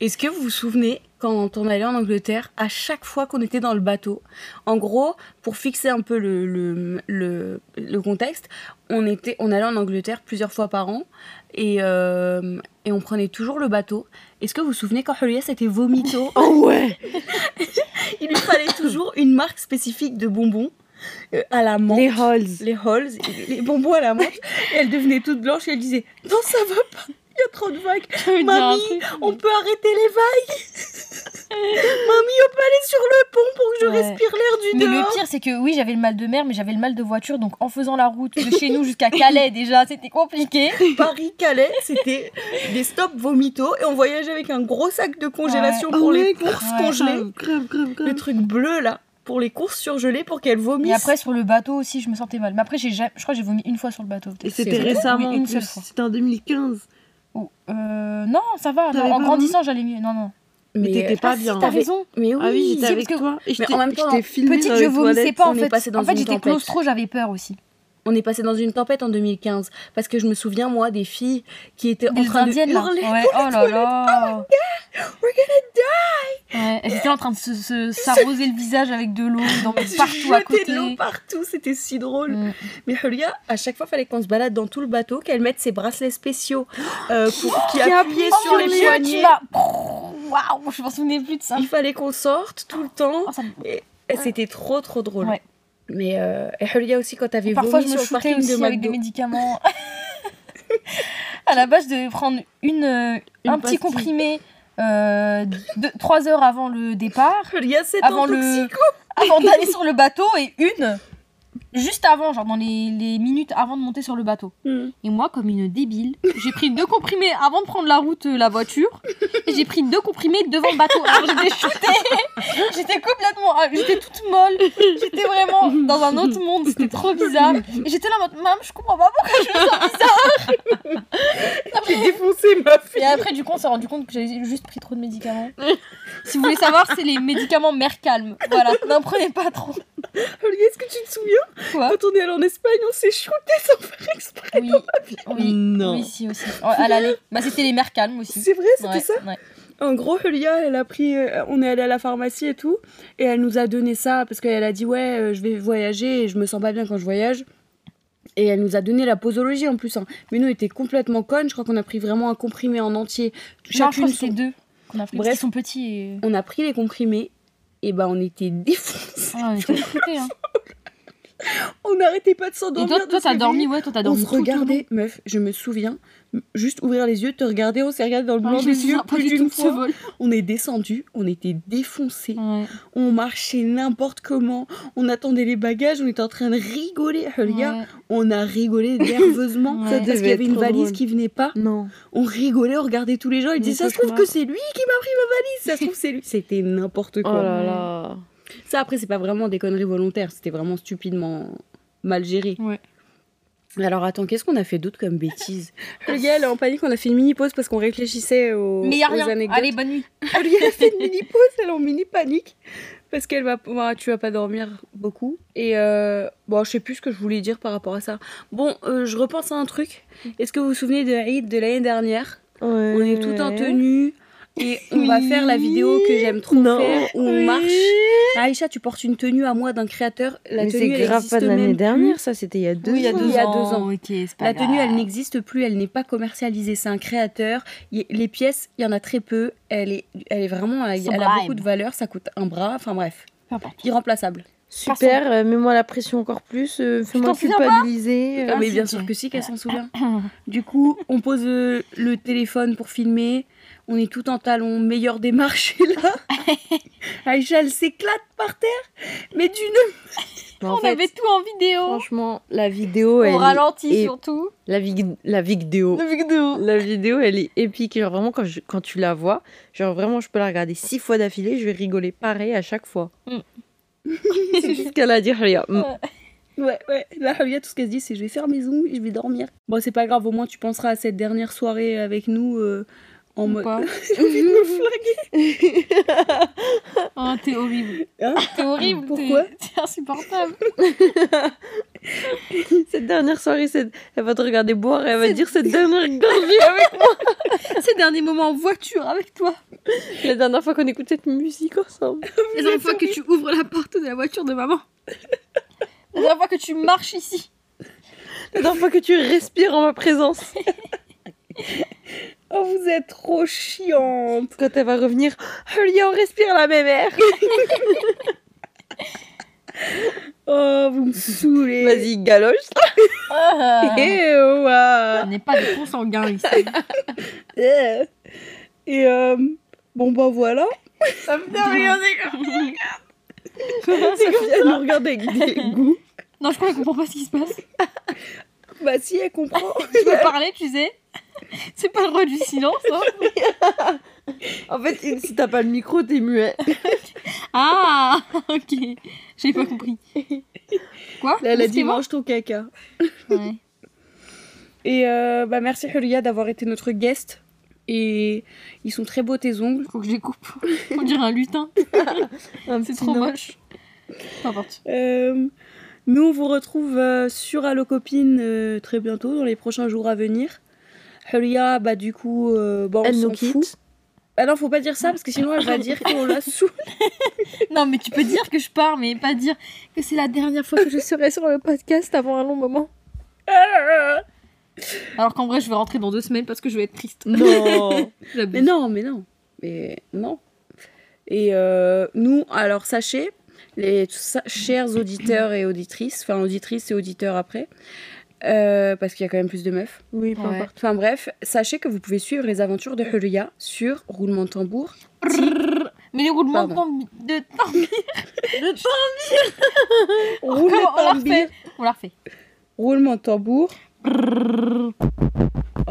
Est-ce que vous vous souvenez quand on allait en Angleterre, à chaque fois qu'on était dans le bateau, en gros, pour fixer un peu le, le, le, le contexte, on, était, on allait en Angleterre plusieurs fois par an et, euh, et on prenait toujours le bateau. Est-ce que vous vous souvenez quand Julia s'était vomito
Oh ouais
Il lui fallait toujours une marque spécifique de bonbons euh, à la menthe.
Les halls.
les halls, les bonbons à la menthe. Et elle devenait toute blanche et elle disait Non, ça va pas, il y a trop de vagues,
Je veux dire un
Mamie,
truc.
on peut arrêter les vagues. Mamie, on peut aller sur le pont pour que je
Ouais.
respire l'air du
Mais
dehors.
le pire, c'est que oui, j'avais le mal de mer, mais j'avais le mal de voiture. Donc en faisant la route de chez nous jusqu'à Calais, déjà, c'était compliqué.
Paris-Calais, c'était des stops vomito et on voyageait avec un gros sac de congélation pour
Oh,
les
mec.
courses
Ouais.
congelées.
Grave, grave, grave,
Le
grave.
truc bleu là, pour les courses surgelées pour qu'elles
Et
vomissent.
après, sur le bateau aussi, je me sentais mal. Mais après, j'ai ja- je crois que j'ai vomi une fois sur le bateau. peut-être.
Et c'était
Oui,
récemment, en
une
plus.
seule fois.
c'était en 2015.
Ou- euh, non, ça va.
T'avais
Non, en
pas
grandissant, j'allais mieux. Non, non.
Mais
mais,
t'étais pas
Ah, si,
bien.
t'as
Ah oui,
raison.
mais oui,
Ah oui, j'étais
parce
avec
que-
toi. Et je
Mais
t'ai-
en même temps,
je t'ai filmée
Petite,
dans
je
les
vomissais
toilettes.
pas
on
en
est
fait.
passé dans
en fait,
une
j'étais
tempête.
claustro, j'avais peur aussi.
on est passé dans une tempête en 2015 parce que je me souviens moi des filles qui étaient en
Des
train
indiennes
de
là.
hurler.
Ouais, oh là là.
we're
Ouais, elles étaient en train de se- se- s'arroser le visage avec de l'eau dans partout à
Jeter de l'eau
côté.
partout, c'était si drôle.
Mm.
Mais Julia, à chaque fois, fallait qu'on se balade dans tout le bateau, qu'elle mette ses bracelets spéciaux euh, pour- qui appuyaient
Oh
sur
mon
les
Dieu, tu
poignets.
m'as- Waouh, je m'en souvenais plus de ça.
Il fallait qu'on sorte tout le temps.
Oh, ça me-
Et C'était trop, trop drôle.
Ouais.
Mais euh, et Julia aussi, quand t'avais
Parfois,
vomi
je me
sur le
shootais
parking de
aussi avec des
McDo.
médicaments. à la base, je devais prendre une, euh,
Une
un
pastille.
petit comprimé euh, deux- trois heures avant le départ,
Julia, c'est
avant,
un
le,
toxique.
avant d'aller sur le bateau, et une juste avant, genre dans les, les minutes avant de monter sur le bateau.
Mm.
Et moi, comme une débile, j'ai pris deux comprimés avant de prendre la route, euh, la voiture. Et j'ai pris deux comprimés devant le bateau. Alors j'étais shootée. J'étais complètement. ah, J'étais toute molle. J'étais vraiment dans un autre monde. C'était trop bizarre. Et j'étais là en mode, Maman, je comprends pas pourquoi je me sens bizarre.
J'ai défoncé ma fille.
Et après, du coup, on s'est rendu compte que j'avais juste pris trop de médicaments. Si vous voulez savoir, c'est les médicaments mère calme. Voilà, n'en prenez pas trop.
Julia, est-ce que tu te souviens
Quoi
Quand on est allé en Espagne, on s'est shooté sans faire exprès.
Oui, oui.
Non.
Oui, si aussi. Ouais, À l'aller. Bah, c'était les mères calmes aussi.
C'est vrai, c'était
Ouais,
ça
ouais.
En gros, Julia, elle a pris, euh, on est allé à la pharmacie et tout, et elle nous a donné ça parce qu'elle a dit ouais, euh, je vais voyager et je me sens pas bien quand je voyage. Et elle nous a donné la posologie en plus. hein. Mais nous, on était complètement connes. Je crois qu'on a pris vraiment un comprimé en entier.
Non, je crois
Chacune
que c'était
son-
deux qu'on a pris.
Bref.
Bref. Ils sont petits et.
On a pris les comprimés. Et ben, on était défoncés.
Ah, on était frottés, hein.
On on n'arrêtait pas de
Et
s'endormir.
toi, toi,
de
t'as
se
dormi, ouais, toi, t'as
On
dormi.
se
tout le temps.
regardait, meuf, je me souviens, m- juste ouvrir les yeux, te regarder, on s'est regardé dans le
Ah,
blanc
je me
des yeux
souviens pas
plus
du tout
d'une
de ce
fois.
vol.
On est descendu, on était défoncés,
Ouais.
on marchait n'importe comment, on attendait les bagages, on était en train de rigoler. Euh, Les gars,
ouais.
on a rigolé nerveusement
Ouais.
parce
Ça
qu'il
devait
y avait
être
une
trop
valise
drôle.
qui venait pas.
Non.
On rigolait, on regardait tous les gens, ils
Mon
disaient ça se trouve que
cauchemar.
c'est lui qui m'a pris ma valise, ça se trouve c'est lui. C'était n'importe
Oh
quoi.
là là.
Ça après c'est pas vraiment des conneries volontaires, c'était vraiment stupidement mal géré.
Ouais.
Alors attends, qu'est-ce qu'on a fait d'autre comme bêtise Le gars, elle est en panique, on a fait une mini pause parce qu'on réfléchissait aux,
Mais y a
aux
rien.
anecdotes.
Allez, bonne nuit.
Le gars, elle a fait une mini pause, elle est en mini panique parce qu'elle va, bah, tu vas pas dormir beaucoup. Et euh, bon, je sais plus ce que je voulais dire par rapport à ça. Bon, euh, je repense à un truc. Est-ce que vous vous souvenez de Aïd de l'année dernière On est tout en tenue. Et on va
Oui.
faire la vidéo que j'aime trop
Non.
faire où on
Oui.
marche Aïcha, tu portes une tenue à moi d'un créateur. La
Mais c'est
tenue, elle
grave
existe
pas de
même
l'année
plus.
dernière, ça c'était il y a deux
Oui, il y a
ans.
deux ans.
Ok, c'est pas
La
grave.
tenue, elle n'existe plus, elle n'est pas commercialisée. C'est un créateur. Y- Les pièces, il y en a très peu. Elle est, elle est vraiment, elle
Sublime.
a beaucoup de valeur. Ça coûte un bras. Enfin bref,
Peu importe.
irremplaçable.
Super, euh, mets-moi la pression encore plus, euh, fais-moi
t'en souviens
culpabiliser. euh.
Ah,
mais
si,
bien
si.
sûr que si, qu'elle s'en souvient. Du coup, on pose euh, le téléphone pour filmer. On est tout en talons, meilleure démarche est là. Aïcha, elle s'éclate par terre, mais d'une
Mais
On
en fait,
avait tout en vidéo.
franchement, la vidéo, elle
On
est-
ralentit
et-
surtout.
la, vig- la vidéo,
La vidéo.
la vidéo, elle est épique. Genre vraiment, quand, je- quand tu la vois, genre vraiment, je peux la regarder six fois d'affilée, je vais rigoler pareil à chaque fois.
Mm.
c'est tout ce qu'elle a dit, Haria.
Oh.
Mm.
Ouais, ouais. Là, il y a tout ce qu'elle se dit, c'est je vais faire mes zooms et je vais dormir. Bon, c'est pas grave, au moins tu penseras à cette dernière soirée avec nous euh, en mode.
Quoi
J'ai envie de me flinguer.
Oh, t'es horrible.
Hein
T'es horrible. t'es-
Pourquoi
T'es insupportable.
Cette dernière soirée, cette- elle va te regarder boire et elle va te dire cette dernière gorgée avec
Ces derniers moments en voiture avec toi.
la dernière fois qu'on écoute cette musique ensemble.
La dernière fois que tu ouvres la porte de la voiture de maman. La dernière fois que tu marches ici.
La dernière fois que tu respires en ma présence.
Oh, vous êtes trop chiante.
Quand elle va revenir, Haria, on respire la même air.
Oh, vous me saoulez.
Vas-y, galoche.
On
Eh, oh, ah.
n'est pas des consanguins ici.
Eh. Et euh, bon, bah voilà.
Ça me fait rien.
Elle nous regarde avec dégoût.
Non, je crois qu'elle comprend pas ce qui se passe.
Bah, si, elle comprend.
Je veux parler, tu sais. C'est pas le roi du silence. hein.
En fait, si t'as pas le micro, t'es muet.
Ah, ok. J'ai pas compris. Quoi
Là, elle a
Qu'est-ce
dit
qu'il y
mange ton caca.
Ouais.
Et euh, bah, merci, Huria, d'avoir été notre guest. Et ils sont très beaux tes ongles.
Faut que je les coupe. On dirait un lutin.
Un
C'est
petit
trop
nom.
moche. Peu importe.
Euh, nous, on vous retrouve euh, sur Allo Copine euh, très bientôt, dans les prochains jours à venir. Hulia, bah du coup, euh, bon,
Elle
on
nous
s'en fout.
quitte.
Ah non, faut pas dire ça, parce que sinon elle va dire qu'on la saoule.
Non, mais tu peux dire que je pars, mais pas dire que c'est la dernière fois que je serai sur le podcast avant un long moment. Alors qu'en vrai, je vais rentrer dans deux semaines parce que je vais être triste.
Non.
J'abuse.
mais non, mais non. Mais non. Et euh, nous, alors sachez, les sa- chers auditeurs et auditrices, enfin auditrices et auditeurs après, euh, parce qu'il y a quand même plus de meufs.
Oui, peu
Ouais.
importe.
Enfin bref, sachez que vous pouvez suivre les aventures de Huria sur Roulement de tambour.
Mais les roulements
Pardon.
de tambour. De tambour-
Roulement
Oh, on la refait. On la refait.
Roulement de tambour.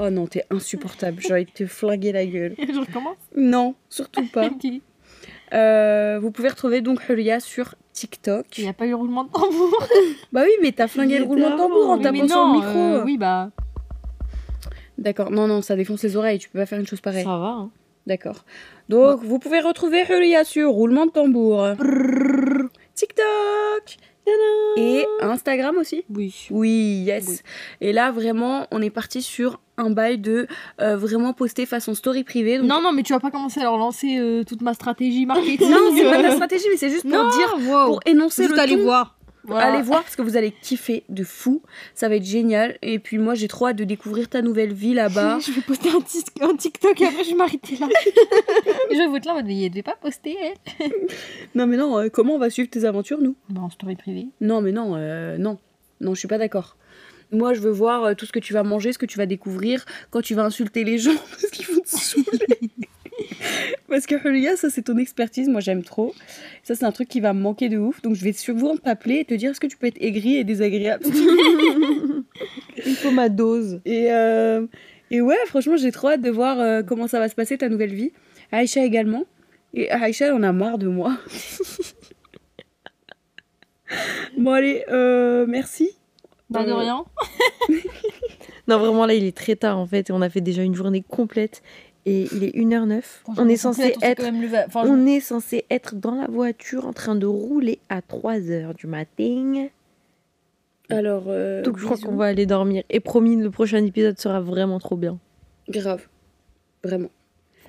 Oh non, t'es insupportable. J'ai envie de te flinguer la gueule.
Je recommence.
Non, surtout pas.
Ok. Il
Euh, vous pouvez retrouver donc Huria sur TikTok.
n'y a pas eu le roulement de tambour.
Bah oui, mais t'as flingué
Il
le roulement de
était avant,
tambour en
mais
tapant sur le micro.
euh, oui, bah.
D'accord, non, non, ça défonce les oreilles. Tu peux pas faire une chose pareille.
Ça va.
D'accord. Donc, vous pouvez retrouver Hulia sur Roulement de tambour. TikTok. Et Instagram aussi.
Oui.
Oui, yes.
Oui.
Et là, vraiment, on est parti sur un bail de euh, vraiment poster façon story privée. donc-
Non, non, mais tu vas pas commencer à leur lancer euh, toute ma stratégie marketing. euh.
non c'est pas ta stratégie, mais c'est juste pour
Non,
dire,
wow.
pour énoncer
Juste
le
aller
ton.
voir. Voilà.
Allez voir parce que vous allez kiffer de fou. Ça va être génial. Et puis moi, j'ai trop hâte de découvrir ta nouvelle vie là-bas.
Je vais poster un, tis- un TikTok et après je vais m'arrêter là. je vais vous être là en mode, mais elle devait pas poster, hein. elle.
non, mais non, euh, comment on va suivre tes aventures, nous
Bah, en story privée.
Non, mais non, euh, non. Non, je suis pas d'accord. Moi, je veux voir euh, tout ce que tu vas manger, ce que tu vas découvrir, quand tu vas insulter les gens parce qu'ils vont te saouler. parce que Julia, ça c'est ton expertise, moi j'aime trop. Ça c'est un truc qui va me manquer de ouf, donc je vais souvent t'appeler et te dire est-ce que tu peux être aigri et désagréable.
Il faut ma dose.
et, euh, et ouais, franchement, j'ai trop hâte de voir euh, comment ça va se passer ta nouvelle vie. Aïcha également. Et Aïcha, elle en a marre de moi. bon allez, euh, merci.
Bah, de
Euh,
rien.
Non, vraiment, là, il est très tard en fait. Et on a fait déjà une journée complète. Et il est 1h09. On est censé être. On est censé être dans la voiture en train de rouler à 3h du matin.
Alors, euh,
Donc Euh, je crois
bisous.
qu'on va aller dormir. Et promis, le prochain épisode sera vraiment trop bien.
Grave. Vraiment.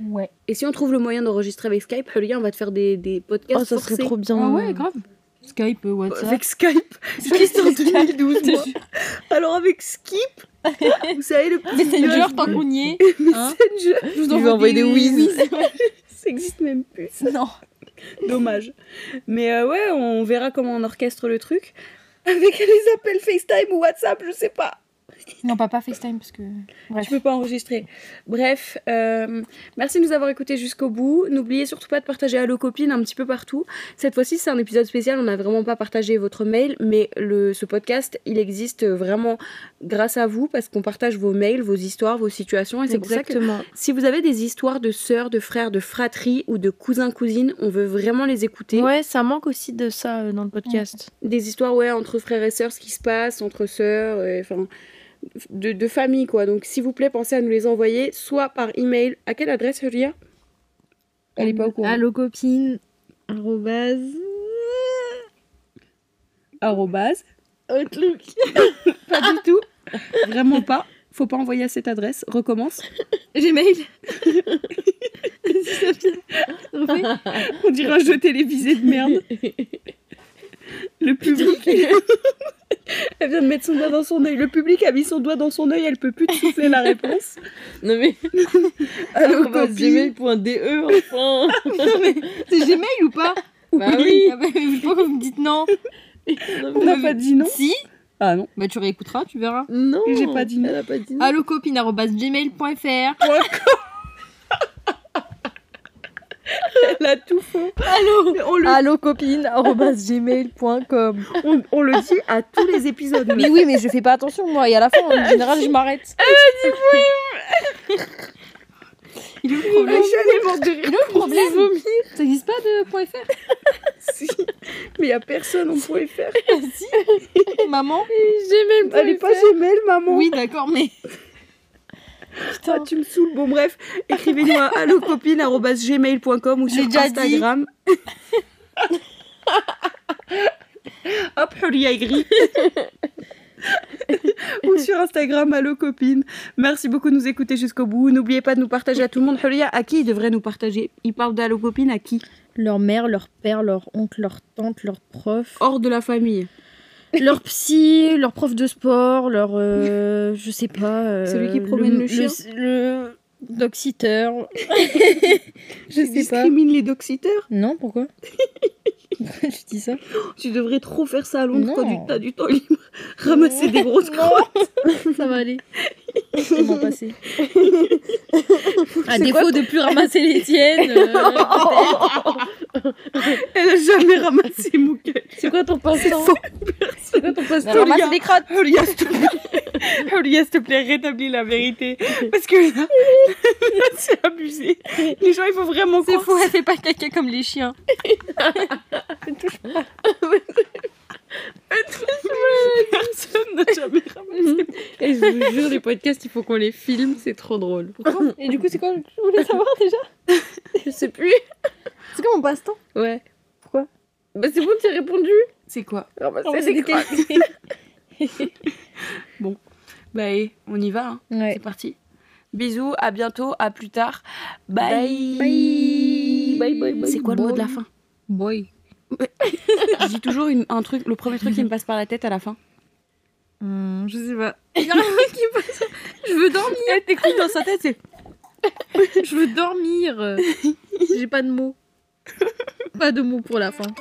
Ouais.
Et si on trouve le moyen d'enregistrer avec Skype, Julia, on va te faire des, des podcasts
Oh, ça
forcés.
serait trop bien.
Ah ouais, grave. Skype, euh, WhatsApp.
Avec Skype, juste
hein,
en 2012, moi. Alors avec Skip, vous savez, le petit
Messenger,
viol,
tant qu'on y est. hein.
Messenger,
Je vous
lui
envoie
envoyer des whiz.
ça existe même plus.
Non.
Dommage. Mais euh, ouais, on verra comment on orchestre le truc. Avec les appels FaceTime ou WhatsApp, je sais pas.
Non, pas, pas FaceTime parce que. Bref.
Je peux pas enregistrer. Bref, euh, merci de nous avoir écoutés jusqu'au bout. N'oubliez surtout pas de partager à nos copines un petit peu partout. Cette fois-ci, c'est un épisode spécial. On n'a vraiment pas partagé votre mail, mais le, ce podcast, il existe vraiment grâce à vous parce qu'on partage vos mails, vos histoires, vos situations. Et c'est pour ça que
Exactement.
si vous avez des histoires de sœurs, de frères, de fratries ou de cousins-cousines, on veut vraiment les écouter.
Ouais, ça manque aussi de ça euh, dans le podcast.
Des histoires, ouais, entre frères et sœurs, ce qui se passe, entre sœurs, et, enfin, de, de famille, quoi. Donc, s'il vous plaît, pensez à nous les envoyer, soit par email. À quelle adresse, Julia Elle est pas au courant.
Allo copine. Arrobase.
Arrobase.
Outlook.
Pas du tout. Vraiment pas. Faut pas envoyer à cette adresse. Recommence.
Gmail. C'est ça, Refais.
On dirait un jeu télévisé de merde. Le public. elle vient de mettre son doigt dans son œil. Le public a mis son doigt dans son œil. Elle peut plus te souffler la réponse.
Non mais
Allo,
arobase
copine. e,
gmail.de enfin.
C'est Gmail ou pas
bah oui.
Ah bah, Je veux pas que vous me dites non.
On n'a pas dit non.
Si.
Ah non.
Bah, tu réécouteras, tu verras.
Non.
J'ai pas dit non.
Elle a pas dit non.
allocopine.gmail.fr
Elle a tout faux.
Allô
On le
Allo copine arobase gmail.com.
On, on le dit à tous les épisodes.
Mais oui, mais je fais pas attention moi et à la fin en général je m'arrête.
Eh,
Il est où le problème Il est où le problème
vomis.
Ça existe pas de point .fr
Si. Mais il n'y a personne, on pourrait faire.
Si. Maman
Elle est pas Gmail, maman.
Oui, d'accord, mais...
Ah, tu me saoules. Bon, bref, écrivez-nous à allocopine.gmail.com ou
J'ai
sur
déjà
Instagram. Hop, Julia Aigri. ou sur Instagram, allocopine. Merci beaucoup de nous écouter jusqu'au bout. N'oubliez pas de nous partager à tout le monde. Julia, à qui il devrait nous partager Il parle d'allocopine à qui
Leur mère, leur père, leur oncle, leur tante, leur prof,
Hors de la famille.
leur psy, leur prof de sport, leur... euh, je sais pas... euh,
Celui qui promène le chien.
Le, le dog-sitter.
Je
Je sais pas.
discrimine les doxiteurs.
Non, pourquoi Pourquoi tu dis ça
Tu devrais trop faire ça à Londres
Non.
quand tu as du temps libre. Ramasser des grosses crottes.
Ça va aller. Je vais m'en passer. À
C'est
défaut
quoi
de plus ramasser les tiennes. euh,
Elle a jamais ramassé mon cœur.
C'est quoi ton passe-temps C'est quoi ton passe-temps
Alors, moi, c'est
des crottes.
Julia, s'il te plaît. Julia, s'il te plaît, rétablis la vérité. Parce que là, là, c'est abusé. Les gens, il faut vraiment
C'est
croire.
fou, elle fait pas caca comme les chiens.
Personne n'a jamais ramassé.
Et Eh, je vous jure, les podcasts, il faut qu'on les filme, c'est trop drôle.
Et du coup, c'est quoi Je voulais savoir déjà.
Je sais plus.
C'est quoi mon passe-temps
Ouais.
Pourquoi
Bah c'est bon, tu as répondu.
C'est quoi
Alors, bah,
Ramasser
c'est
des
des
crottes. Bah, eh, on y va. hein.
Ouais.
C'est parti. Bisous, à bientôt, à plus tard. Bye.
Bye. Bye, bye, bye.
C'est quoi le mot de la
Bye.
fin
Boy.
Je dis toujours une- un truc, le premier truc qui me passe par la tête à la fin.
je sais pas. Il y a rien qui passe. Je veux dormir.
Elle t'écoute dans sa tête, c'est
Je veux dormir. J'ai pas de mots. Pas de mots pour la fin.